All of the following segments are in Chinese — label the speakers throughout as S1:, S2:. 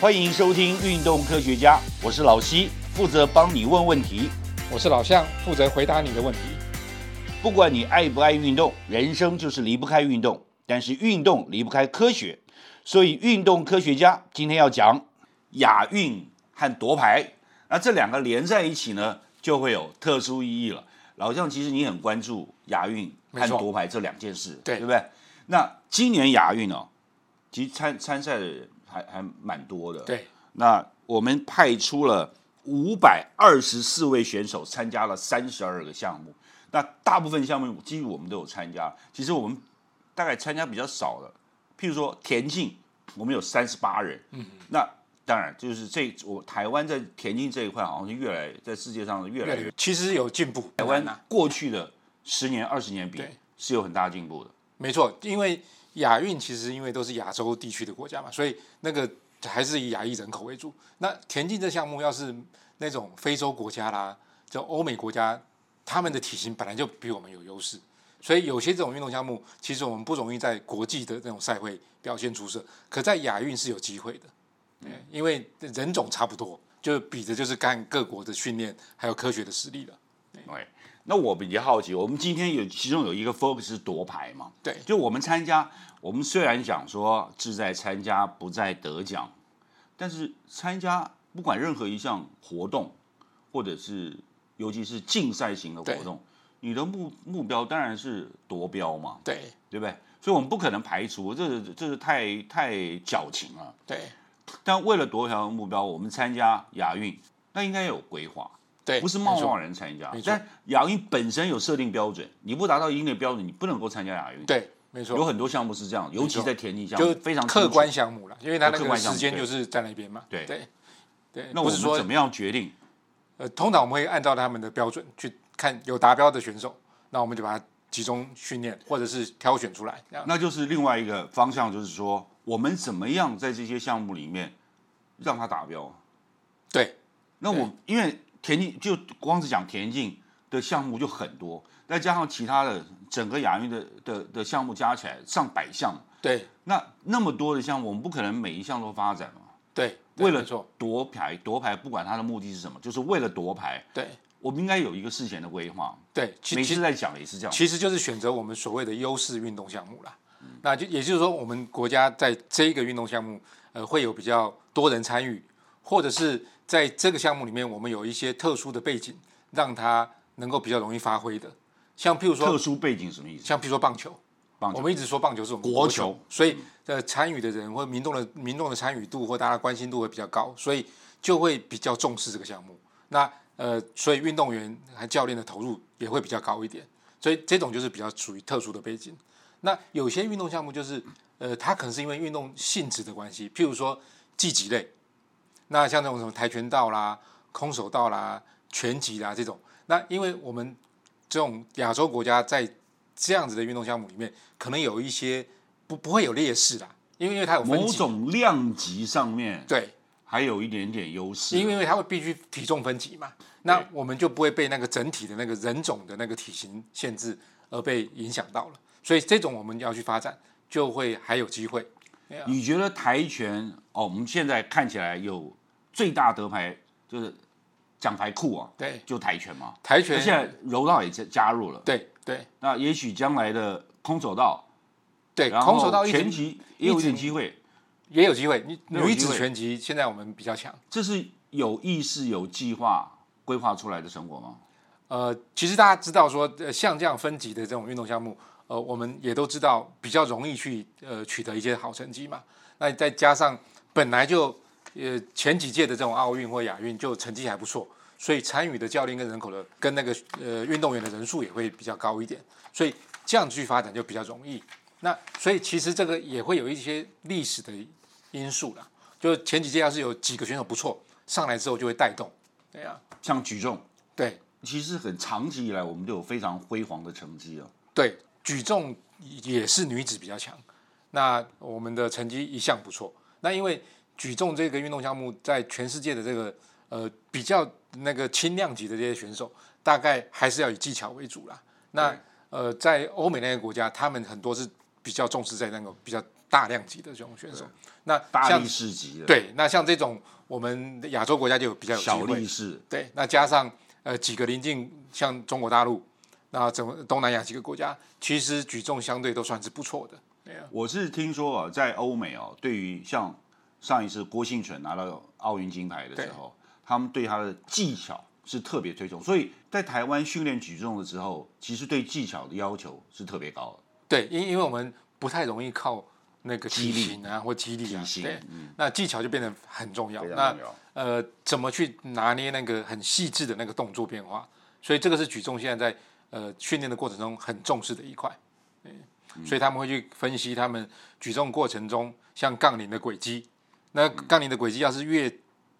S1: 欢迎收听《运动科学家》，我是老西，负责帮你问问题。
S2: 我是老向，负责回答你的问题。
S1: 不管你爱不爱运动，人生就是离不开运动，但是运动离不开科学，所以运动科学家今天要讲亚运和夺牌，那这两个连在一起呢，就会有特殊意义了。老将，其实你很关注亚运和
S2: 没错
S1: 夺牌这两件事，
S2: 对
S1: 对不对？那今年亚运哦，其实参参赛的人还还蛮多的，
S2: 对，
S1: 那我们派出了五百二十四位选手参加了三十二个项目，那大部分项目几乎我们都有参加。其实我们大概参加比较少的，譬如说田径，我们有三十八人。嗯，那当然就是这我台湾在田径这一块好像是越来在世界上是越来越
S2: 其实有进步，
S1: 台湾过去的十年二十年比
S2: 对
S1: 是有很大进步的。
S2: 没错，因为亚运其实因为都是亚洲地区的国家嘛，所以那个还是以亚裔人口为主。那田径这项目要是那种非洲国家啦，就欧美国家，他们的体型本来就比我们有优势，所以有些这种运动项目，其实我们不容易在国际的那种赛会表现出色，可在亚运是有机会的，对因为人种差不多，就比的就是看各国的训练还有科学的实力了。
S1: 对，那我比较好奇，我们今天有其中有一个 focus 是夺牌嘛？
S2: 对
S1: 就我们参加，我们虽然讲说志在参加，不在得奖，但是参加不管任何一项活动，或者是尤其是竞赛型的活动，你的目目标当然是夺标嘛，
S2: 对
S1: 对不对？所以我们不可能排除，这是这是太太矫情了。
S2: 对
S1: 但为了夺标目标，我们参加亚运，那应该有规划。
S2: 对，
S1: 不是
S2: 没
S1: 贸
S2: 错
S1: 贸然参加
S2: 没。错
S1: 但亚运本身有设定标准，你不达到一定的标准，你不能够参加亚运。，
S2: 对，没错
S1: 有。很多项目是这样，尤其
S2: 错
S1: 在田径项
S2: 就
S1: 目非常
S2: 客
S1: 清楚。
S2: 观项目了，因为他那
S1: 客
S2: 个
S1: 观项目
S2: 时间
S1: 对
S2: 就是在那边嘛。
S1: 对
S2: 对对，
S1: 那我
S2: 不是
S1: 们
S2: 说
S1: 怎么样决定？
S2: 呃，通常我们会按照他们的标准去看有达标的选手，那我们就把他集中训练或者是挑选出来这样。
S1: 那就是另外一个方向，就是说我们怎么样在这些项目里面让他达标。
S2: 对
S1: 那我因为田径就光是讲田径的项目就很多，再加上其他的整个亚运的的的项目加起来上百项，
S2: 对
S1: 那那么多的项目，我们不可能每一项都发展嘛。
S2: 对，
S1: 为了
S2: 没错，
S1: 夺牌，夺牌不管他的目的是什么，就是为了夺牌，
S2: 对
S1: 我们应该有一个事前的规划。
S2: 对，
S1: 每
S2: 其其
S1: 次在讲的也是这样，
S2: 其实就是选择我们所谓的优势运动项目啦。那就也就是说，我们国家在这个运动项目，呃，会有比较多人参与，或者是在这个项目里面，我们有一些特殊的背景，让它能够比较容易发挥的。像譬如
S1: 特
S2: 说，
S1: 殊背景什么意思？
S2: 像譬如说棒球，
S1: 棒
S2: 我
S1: 球
S2: 们一直说棒球是我们
S1: 国
S2: 国
S1: 球
S2: 球，所以呃，参与的人或民众的民众的参与度或大家关心度会比较高，所以就会比较重视这个项目。那呃，所以运动员和教练的投入也会比较高一点，所以这种就是比较属于特殊的背景。那有些运动项目就是呃，它可能是因为运动性质的关系，譬如说技击类，那像那种什么跆拳道啦、空手道啦、拳击啦这种，那因为我们这种亚洲国家在这样子的运动项目里面，可能有一些不不会有劣势啦，因为因为它有分
S1: 某
S2: 级，
S1: 种量级上面
S2: 对，
S1: 还有一点点优势，
S2: 因为因为它会必须体重分级嘛，那我们就不会被那个整体的那个人种的那个体型限制而被影响到了，所以这种我们要去发展，就会还有机会。
S1: 你觉得跆拳哦，我们现在看起来有最大得牌就是奖牌库啊，
S2: 对，
S1: 就跆拳嘛。
S2: 跆
S1: 那
S2: 拳，
S1: 现在柔道也加加入了，
S2: 对对
S1: 那也许将来的空手道，
S2: 对，
S1: 然后
S2: 空手道一直
S1: 拳击也有一点机会，
S2: 也有机会。女
S1: 也有
S2: 女
S1: 机
S2: 子
S1: 会
S2: 拳击现在我们比较强，
S1: 这是有意识、有计划规划出来的成果吗？
S2: 呃，其实大家知道说，呃，像这样分级的这种运动项目，呃，我们也都知道比较容易去呃取得一些好成绩嘛。那再加上本来就呃前几届的这种奥运或亚运就成绩还不错，所以参与的教练跟人口的跟那个呃运动员的人数也会比较高一点，所以这样去发展就比较容易。那所以其实这个也会有一些历史的因素啦，就是前几届要是有几个选手不错上来之后就会带动，对啊，
S1: 像举重，
S2: 对。
S1: 其实很长期以来，我们都有非常辉煌的成绩哦了。
S2: 对，举重也是女子比较强。那我们的成绩一向不错。那因为举重这个运动项目，在全世界的这个呃比较那个轻量级的这些选手，大概还是要以技巧为主啦。那呃，在欧美那些国家，他们很多是比较重视在那个比较大量级的这种选手。那
S1: 大
S2: 像
S1: 力士级的，
S2: 对，那像这种我们亚洲国家就有比较有机
S1: 小
S2: 会
S1: 力。士，
S2: 对，那加上呃几个邻近像中国大陆，那整个东南亚几个国家，其实举重相对都算是不错的。
S1: 我是听说啊，在欧美哦，对于像上一次郭幸存拿到奥运金牌的时候，他们对他的技巧是特别推崇，所以在台湾训练举重的时候，其实对技巧的要求是特别高的。
S2: 对，因因为我们不太容易靠那个
S1: 肌
S2: 体
S1: 力
S2: 型啊或肌力啊，
S1: 体型嗯
S2: 对，那技巧就变得很重要。
S1: 非常
S2: 那
S1: 重要
S2: 呃，怎么去拿捏那个很细致的那个动作变化？所以这个是举重现在在呃训练的过程中很重视的一块。对，所以他们会去分析他们举重过程中像杠铃的轨迹，那杠铃的轨迹要是越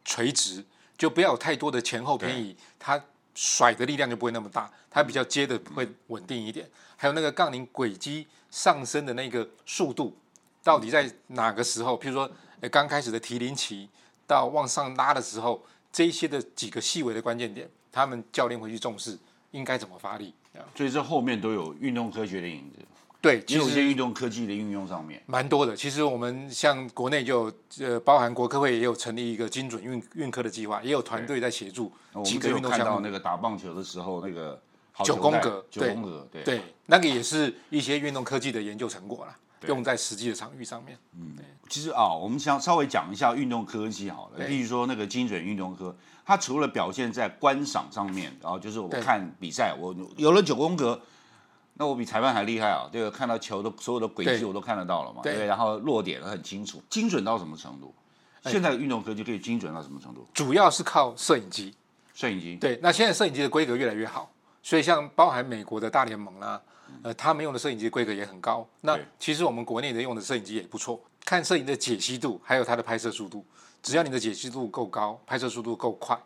S2: 垂直，就不要有太多的前后偏移，它甩的力量就不会那么大，它比较接的会稳定一点。还有那个杠铃轨迹上升的那个速度，到底在哪个时候？譬如说，呃，刚开始的提铃期到往上拉的时候，这一些的几个细微的关键点，他们教练会去重视，应该怎么发力？这样
S1: 所以这后面都有运动科学的影子，
S2: 对，
S1: 也
S2: 其
S1: 有一些
S2: 实
S1: 运动科技的应用上面。
S2: 蛮多的。其实我们像国内就有呃，包含国科会也有成立一个精准运运科的计划，也有团队在协助
S1: 我
S2: 几
S1: 们
S2: 个
S1: 只有
S2: 运动
S1: 看
S2: 项
S1: 到
S2: 目。
S1: 那个打棒球的时候，那个好
S2: 九
S1: 球
S2: 宫
S1: 带
S2: 格
S1: 九
S2: 对
S1: 宫格，对，
S2: 对，那个也是一些运动科技的研究成果啦，用在实际的场域上面。
S1: 其实啊，我们想稍微讲一下运动科技好了，
S2: 对
S1: 例如说那个精准运动科，它除了表现在观赏上面，然后就是我
S2: 对
S1: 看比赛，我有了九宫格，那我比裁判还厉害啊！这个看到球的所有的轨迹
S2: 对
S1: 我都看得到了嘛，
S2: 对
S1: 对不对，然后落点很清楚，精准到什么程度？
S2: 哎
S1: 现在的运动科技可以精准到什么程度？
S2: 主要是靠摄影机。
S1: 摄影机，
S2: 对，那现在摄影机的规格越来越好，所以像包含美国的大联盟啦、呃，他们用的摄影机规格也很高。那
S1: 对
S2: 其实我们国内的用的摄影机也不错，看摄影的解析度，还有它的拍摄速度，只要你的解析度够高，拍摄速度够快，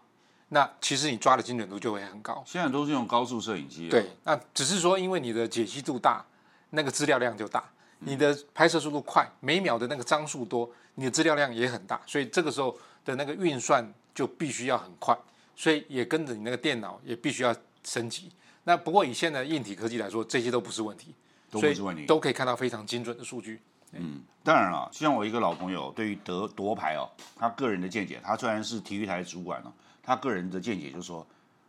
S2: 那其实你抓的精准度就会很高。
S1: 现在都是用高速摄影机，，
S2: 对，那只是说因为你的解析度大，那个资料量就大，
S1: 嗯
S2: 你的拍摄速度快，每秒的那个张数多，你的资料量也很大，所以这个时候的那个运算就必须要很快，所以也跟着你那个电脑也必须要升级。那不过以现在的硬体科技来说，这些都不是问题，
S1: 都
S2: 所
S1: 不
S2: 以
S1: 是问题。
S2: 都可以看到非常精准的数据。
S1: 当然了，就像我一个老朋友，对于得夺牌哦，他个人的见解，他虽然是体育台主管哦，他个人的见解就是说，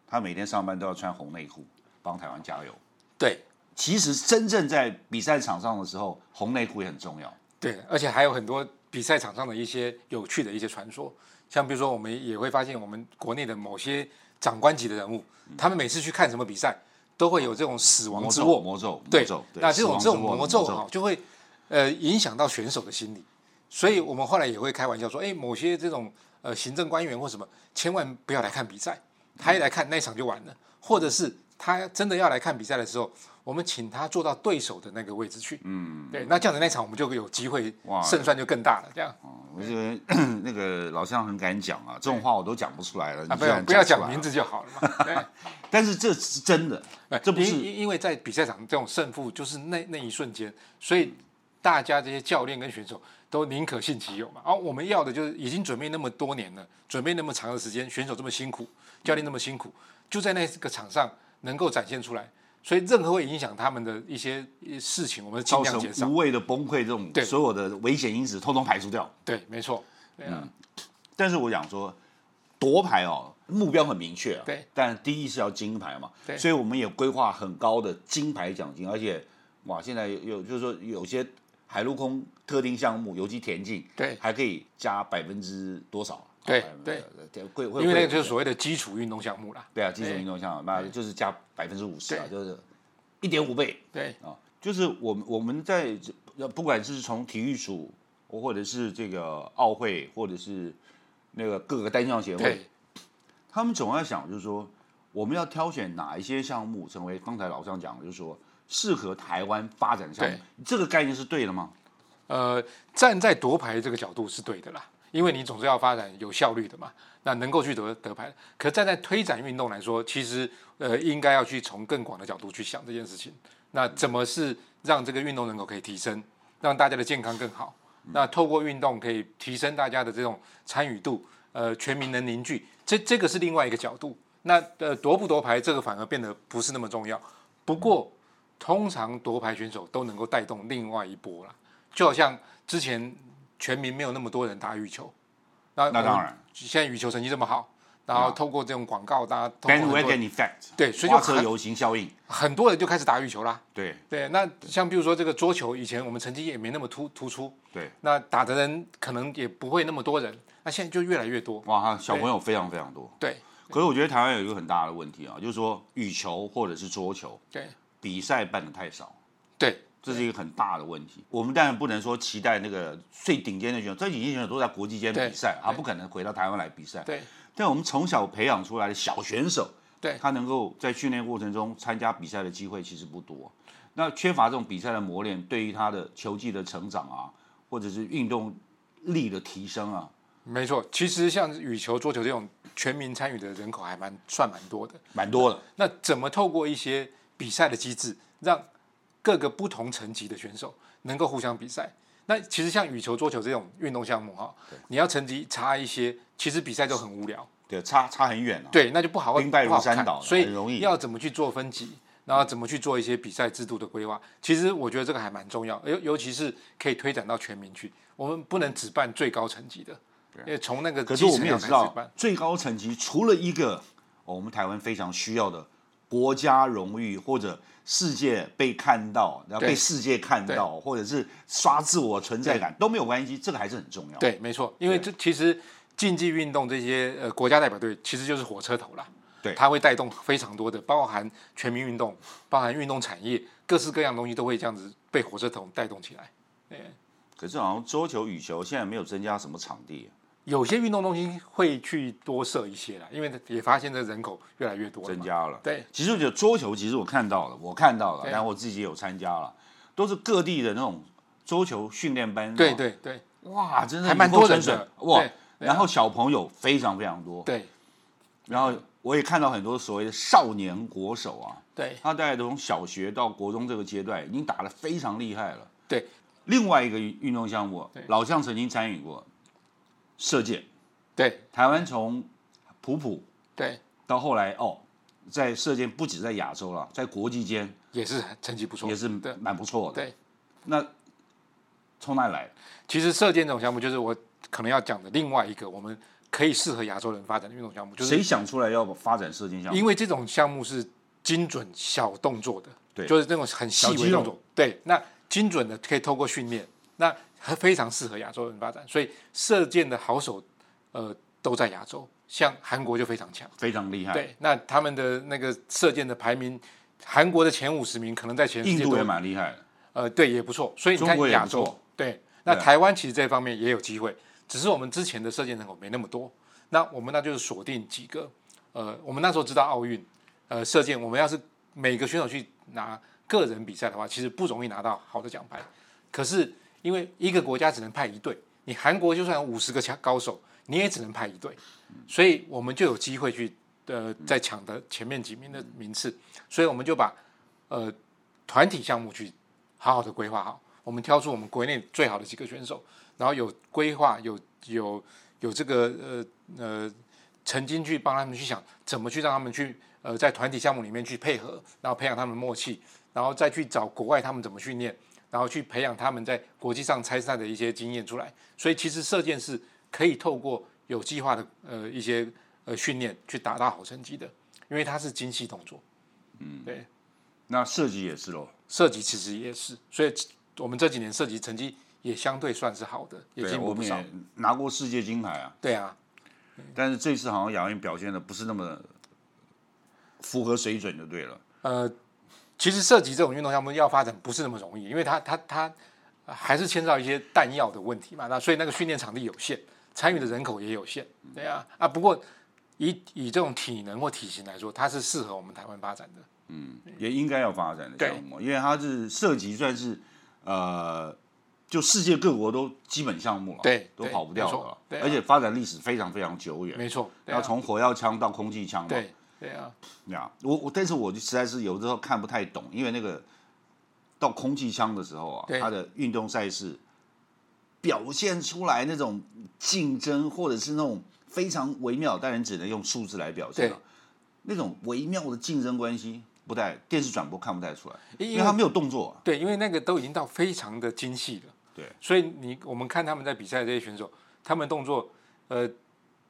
S1: 他每天上班都要穿红内裤帮台湾加油。
S2: 对
S1: 其实真正在比赛场上的时候，红内裤也很重要。
S2: 对，而且还有很多比赛场上的一些有趣的一些传说，像比如说我们也会发现我们国内的某些长官级的人物，他们每次去看什么比赛，都会有这种死亡
S1: 嗯魔
S2: 之
S1: 咒，
S2: 握。
S1: 魔咒，魔
S2: 对
S1: 咒，，对
S2: 那这种
S1: 死
S2: 这
S1: 亡
S2: 种
S1: 之握
S2: 魔咒哈，就会呃影响到选手的心理，所以我们后来也会开玩笑说，哎，某些这种呃行政官员或什么，千万不要来看比赛，他一来看那一场就完了，或者是他真的要来看比赛的时候，我们请他坐到对手的那个位置去，嗯，对，那这样子那一场我们就有机会
S1: 哇哦
S2: 胜算就更大了，这样
S1: 我这个那个老乡很敢讲啊，这种话我都讲不出来了。
S2: 啊，
S1: 你
S2: 不
S1: 居
S2: 要
S1: 然
S2: 不要
S1: 出
S2: 讲
S1: 来
S2: 名
S1: 了，
S2: 字就好了嘛，对。
S1: 但是这是真的。这
S2: 这
S1: 不
S2: 不
S1: 是
S2: 是哎因因为在比赛场这种胜负就是那那一瞬间，所以大家这些教练跟选手都宁可信其有嘛。而、我们要的就是已经准备那么多年了，准备那么长的时间，选手这么辛苦，教练那么辛苦，就在那个场上能够展现出来。所以任何会影响他们的一些一些事情，我们尽
S1: 造
S2: 量减
S1: 成
S2: 少。
S1: 无谓的崩溃，这种
S2: 对
S1: 所有的危险因子通通排除掉。
S2: 对，没错，对啊，
S1: 嗯但是我想说，夺牌哦，目标很明确、啊，
S2: 对，
S1: 但第一是要金牌嘛，
S2: 对
S1: 所以我们也规划很高的金牌奖金，而且哇，现在有就是说有些海陆空特定项目，尤其田径，
S2: 对
S1: 还可以加百分之多少啊？
S2: 对
S1: 百分
S2: 对，
S1: 对会会
S2: 因为那
S1: 会
S2: 个就是所谓的基础运动项目啦。
S1: 对啊，基础运动项目，那就是加百分之五十啊，就是一点五倍，
S2: 对
S1: 啊，就是我们我们在这呃不管是从体育署，或者是这个奥会，或者是那个各个单项协会
S2: 对，
S1: 他们总要想就是说，我们要挑选哪一些项目成为刚才老张讲的，就是说适合台湾发展的项目，这个概念是对的吗？
S2: 呃，站在夺牌这个角度是对的啦，因为你总是要发展有效率的嘛，那能够去得得牌。可站在推展运动来说，其实呃应该要去从更广的角度去想这件事情。那
S1: 嗯
S2: 怎么是让这个运动人口可以提升，让大家的健康更好？
S1: 嗯
S2: 那透过运动可以提升大家的这种参与度，呃，全民能凝聚，这这个是另外一个角度。那呃夺不夺牌这个反而变得不
S1: 嗯
S2: 是那么重要。不过通常夺牌选手都能够带动另外一波啦。就好像之前全民没有那么多人打羽球，那
S1: 那
S2: 我
S1: 当
S2: 们
S1: 然啊
S2: 现在羽球成绩这么好，然后透过这种广告，大家透过很多
S1: ，bandwagon effect，
S2: 对所以就
S1: 花车
S2: 很
S1: 游行效应，
S2: 很多人就开始打羽球啦。
S1: 对
S2: 对，那像比如说这个桌球，以前我们成绩也没那么突突出，
S1: 对，
S2: 那打的人可能也不会那么多人，那现在就越来越多。
S1: 哇，小朋友非常非常多。
S2: 对
S1: 可是我觉得台湾有一个很大的问题啊，就是说羽球或者是桌球
S2: 对
S1: 比赛办的太少，
S2: 对
S1: 这是一个很大的问题。我们当然不能说期待那个最顶尖的选手，最顶尖选手都在国际间比赛，
S2: 对
S1: 他
S2: 对
S1: 不可能回到台湾来比赛。
S2: 对
S1: 但我们从小培养出来的小选手，
S2: 对
S1: 他能够在训练过程中参加比赛的机会其实不多。那缺乏这种比赛的磨练，对于他的球技的成长啊，或者是运动力的提升啊，
S2: 没错。其实像羽球、桌球这种全民参与的人口还蛮算蛮多的。
S1: 蛮多的。
S2: 那怎么透过一些比赛的机制，让各个不同层级的选手能够互相比赛？那其实像羽球、桌球这种运动项目哈，你要成绩差一些，其实比赛就很无聊。
S1: 对，差差很远啊。
S2: 对，那就不好
S1: 兵败如
S2: 不好看
S1: 山倒了
S2: 所以
S1: 很容易
S2: 要怎么去做分级，然后怎么去做一些比赛制度的规划，其实我觉得这个还蛮重要，尤尤其是可以推展到全民去，我们不能只办最高层级的，因为从那个
S1: 啊可
S2: 基
S1: 是我
S2: 层
S1: 们
S2: 要
S1: 也
S2: 开
S1: 知
S2: 始
S1: 道
S2: 办，，
S1: 最高层级除了一个、哦我们台湾非常需要的国家荣誉或者世界被看到，然后
S2: 对
S1: 被世界看到，或者是刷自我存在感都没有关系，这个还是很重要。，
S2: 对，没错，因为这其实竞技运动这些呃国家代表队其实就是火车头啦，
S1: 对
S2: 它会带动非常多的，包含全民运动，包含运动产业，各式各样东西都会这样子被火车头带动起来。
S1: 可是好像桌球、羽球现在没有增加什么场地，
S2: 有些运动中心会去多设一些啦，因为也发现这人口越来越多了嘛
S1: 增加哦了。
S2: 对
S1: 其实我觉得桌球，其实我看到了，我看到了，
S2: 对
S1: 然后我自己也有参加了，都是各地的那种桌球训练班。
S2: 对，对对
S1: 哇，真的
S2: 还蛮
S1: 雨后
S2: 多人
S1: 春笋
S2: 的
S1: 哇
S2: 对！
S1: 然后小朋友非常非常多，
S2: 对
S1: 然后我也看到很多所谓的少年国手啊，
S2: 对
S1: 他大概从小学到国中这个阶段已经打得非常厉害了。
S2: 对，
S1: 另外一个运动项目
S2: 对，
S1: 老将曾经参与过射箭，
S2: 对
S1: 台湾从普普
S2: 对，
S1: 到后来哦，在射箭不止在亚洲了，在国际间
S2: 也是很成绩不错，
S1: 也是
S2: 对
S1: 蛮不错的。
S2: 对。
S1: 那从哪里来的？
S2: 其实射箭这种项目，就是我可能要讲的另外一个我们可以适合亚洲人发展的运动项目，就是
S1: 谁想出来要发展射箭项目？
S2: 因为这种项目是精准小动作的，
S1: 对
S2: 就是那种很细
S1: 小
S2: 微
S1: 肌
S2: 的
S1: 肉
S2: 动作，对，那精准的可以透过训练，那还非常适合亚洲人发展，所以射箭的好手，呃，都在亚洲，像韩国就非常强。
S1: 非常厉害。
S2: 对，那他们的那个射箭的排名，韩国的前五十名可能在全世
S1: 印
S2: 界
S1: 度
S2: 都
S1: 也蛮厉害的，
S2: 呃，对，也不错。所以你看
S1: 中国也
S2: 亚
S1: 不错
S2: 洲，对，那台湾其实这方面也有机会，只是我们之前的射箭人口没那么多。那我们那就是锁定几个，呃，我们那时候知道奥运，呃，射箭我们要是每个选手去拿个人比赛的话，其实不容易拿到好的奖牌。可是因为一个国家只能派一队，你韩国就算有五十个强高手，你也只能派一队，
S1: 嗯
S2: 所以我们就有机会去呃在抢得前面几名的名次，所以我们就把呃团体项目去好好的规划好，我们挑出我们国内最好的几个选手，然后有规划，有有有这个呃呃曾经去帮他们去想怎么去让他们去呃在团体项目里面去配合，然后培养他们默契，然后再去找国外他们怎么训练，然后去培养他们在国际上参赛的一些经验出来。所以其实射箭是可以透过有计划的呃一些呃训练去达到好成绩的，因为它是精细动作。嗯，对。
S1: 那射击也是喽。
S2: 射击其实也是，所以我们这几年射击成绩也相对算是好的，也
S1: 对，啊
S2: 进步
S1: 我
S2: 不
S1: 们
S2: 少
S1: 也。拿过世界金牌啊，
S2: 对啊，
S1: 但是这次好像亚运表现的不是那么符合水准就对了。
S2: 呃，其实射击这种运动项目要发展不是那么容易，因为它它它呃还是牵涉到一些弹药的问题嘛。那所以那个训练场地有限，参与的人口也有限。对啊，啊，不过以以这种体能或体型来说，它是适合我们台湾发展的。
S1: 也应该要发展的
S2: 对
S1: 项目，因为它是涉及算是呃，就世界各国都基本项目了，
S2: 对
S1: 都
S2: 对
S1: 跑不掉
S2: 没
S1: 了
S2: 错
S1: 了，
S2: 对啊
S1: 而且发展历史非常非常久远。
S2: 没错，对
S1: 要
S2: 啊，
S1: 从火药枪到空气枪嘛，
S2: 对对啊，
S1: 对啊，我我但是我就实在是有时候看不太懂，因为那个到空气枪的时候啊，
S2: 对
S1: 它的运动赛事表现出来那种竞争，或者是那种非常微妙，当然只能用数字来表现、啊
S2: 对，
S1: 那种微妙的竞争关系，不太电视转播看不太出来，
S2: 因
S1: 因
S2: 因
S1: 为
S2: 为
S1: 它没有动作啊、
S2: 对，因为那个都已经到非常的精细了，
S1: 对，
S2: 所以你我们看他们在比赛的这些选手，他们动作呃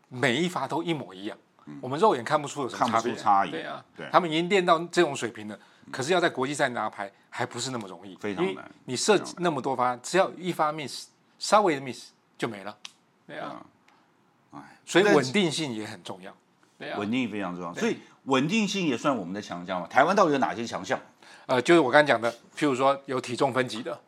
S2: 每一发都一模一样，我们肉眼看不出有什么
S1: 嗯看不
S2: 差
S1: 出
S2: 别，
S1: 差异
S2: 对啊，
S1: 对嗯
S2: 他们已经练到这种水平了，可是要在国际赛拿牌还不是那么容易，
S1: 非常
S2: 因为
S1: 难
S2: 你射那么多发，只要一发 miss，稍微的 miss 就没了，对啊，所以
S1: 嗯哎但是
S2: 稳定性也很重要，对啊，
S1: 稳定非常重要，所以稳定性也算我们的强项嘛。台湾到底有哪些强项？
S2: 呃，就是我刚才讲的，譬如说有体重分级的，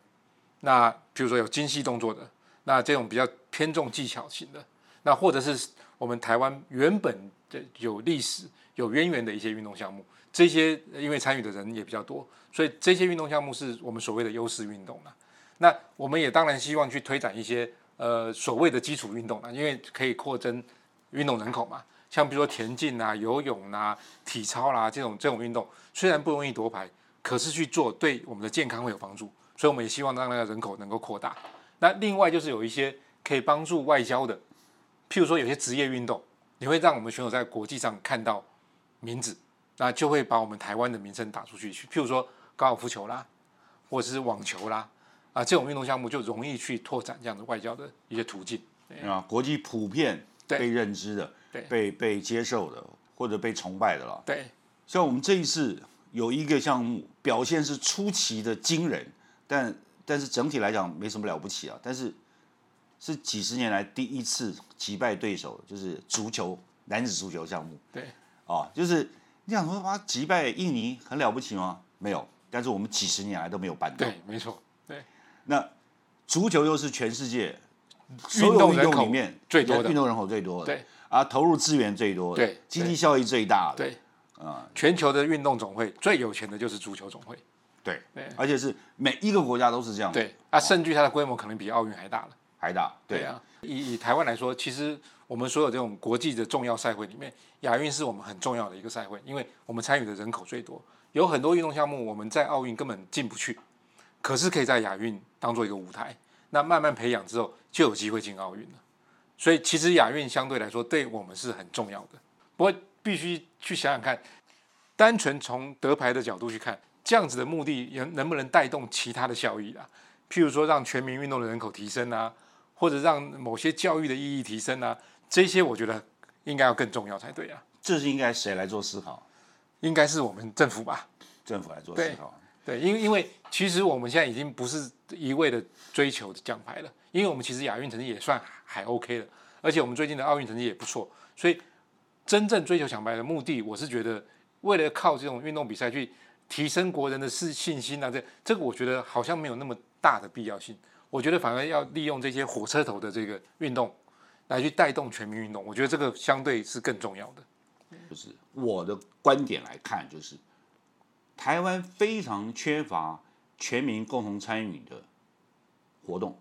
S2: 那譬如说有精细动作的，那这种比较偏重技巧型的，那或者是我们台湾原本的有历史有渊源的一些运动项目，这些呃因为参与的人也比较多，所以这些运动项目是我们所谓的优势运动啦。那我们也当然希望去推展一些呃所谓的基础运动啦，因为可以扩增运动人口嘛。像比如说田径啊、游泳啊、体操啦、这种这种运动，虽然不容易夺牌，可是去做对我们的健康会有帮助，所以我们也希望让那个人口能够扩大。那另外就是有一些可以帮助外交的，譬如说有些职业运动，你会让我们选手在国际上看到名字，那就会把我们台湾的名声打出去。譬如说高尔夫球啦，或者是网球啦，啊这种运动项目就容易去拓展这样的外交的一些途径。
S1: 啊，国际普遍
S2: 对
S1: 被认知的
S2: 对，
S1: 被被接受的，或者被崇拜的了。
S2: 对，
S1: 像我们这一次有一个项目表现是出奇的惊人，但但是整体来讲没什么了不起啊，但是是几十年来第一次击败对手，就是足球男子足球项目。
S2: 对，
S1: 啊，就是你想说哇，击败印尼很了不起吗？没有，但是我们几十年来都没有办到。
S2: 对，没错，对，
S1: 那足球又是全世界所
S2: 运
S1: 有
S2: 动
S1: 运
S2: 人
S1: 动
S2: 口
S1: 里面
S2: 最多的
S1: 运动人口最多的，
S2: 对
S1: 啊，投入资源最多的，
S2: 对
S1: 经济效益最大的，
S2: 对，啊，全球的运动总会最有钱的就是足球总会。
S1: 对而且是每一个国家都是这样，，
S2: 对，啊，甚至它的规模可能比奥运还大了。
S1: 还大，对，
S2: 啊，以以台湾来说，其实我们所有这种国际的重要赛会里面，亚运是我们很重要的一个赛会，因为我们参与的人口最多，有很多运动项目我们在奥运根本进不去，可是可以在亚运当做一个舞台，那慢慢培养之后就有机会进奥运了。所以其实亚运相对来说对我们是很重要的，不过必须去想想看，单纯从得牌的角度去看，这样子的目的能能不能带动其他的效益啊？譬如说让全民运动的人口提升啊，或者让某些教育的意义提升啊，这些我觉得应该要更重要才对啊，
S1: 这是应该谁来做思考？
S2: 应该是我们政府吧？
S1: 政府来做思考，
S2: 对，因为因为其实我们现在已经不是一味的追求奖牌了，因为我们其实亚运成绩也算还 OK 了，而且我们最近的奥运成绩也不错，所以真正追求奖牌的目的，我是觉得为了靠这种运动比赛去提升国人的士信心啊，这这个我觉得好像没有那么大的必要性，我觉得反而要利用这些火车头的这个运动来去带动全民运动，我觉得这个相对是更重要的。
S1: 就是我的观点来看，就是台湾非常缺乏全民共同参与的活动。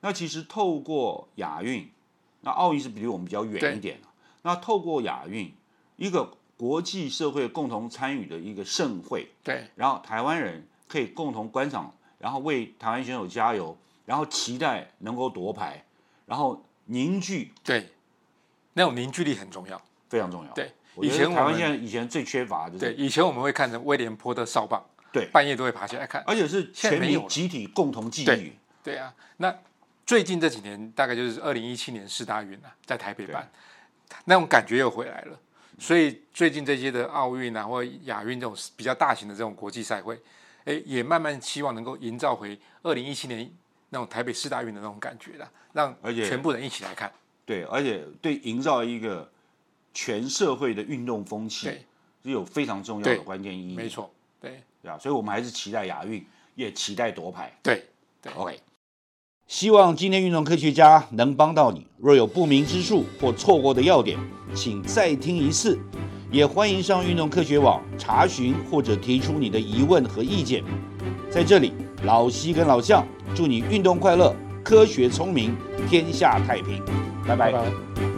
S1: 那其实透过亚运，那奥运是离我们比较远一点的、那透过亚运，一个国际社会共同参与的一个盛会，
S2: 对
S1: 然后台湾人可以共同观赏，然后为台湾选手加油，然后期待能够夺牌，然后凝聚
S2: 对，那种凝聚力很重要。
S1: 非常重要。
S2: 对
S1: 我觉得
S2: 以前我
S1: 台湾
S2: 们
S1: 现在以前最缺乏的就是
S2: 对，以前我们会看着威廉坡的哨棒，
S1: 对
S2: 半夜都会爬起来看。
S1: 而且是全
S2: 现在没有
S1: 民
S2: 了
S1: 集体共同记忆
S2: 对。对啊，那最近这几年大概就是二零一七年世大运啊，在台北办，那种感觉又回来了。所以最近这些的奥运啊，或亚运这种比较大型的这种国际赛会，诶，也慢慢希望能够营造回二零一七年那种台北世大运的那种感觉啦，让
S1: 而且
S2: 全部人一起来看。
S1: 对，而且对营造一个全社会的运动风气
S2: 对，
S1: 是有非常重要
S2: 对
S1: 的关键意义。
S2: 没，错，对
S1: 对啊，所以我们还是期待亚运，也期待夺牌。
S2: 对，
S1: OK。希望今天运动科学家能帮到你。若有不明之处或错过的要点，请再听一次。也欢迎上运动科学网查询或者提出你的疑问和意见。在这里，老西跟老向祝你运动快乐，科学聪明，天下太平。拜拜
S2: 拜拜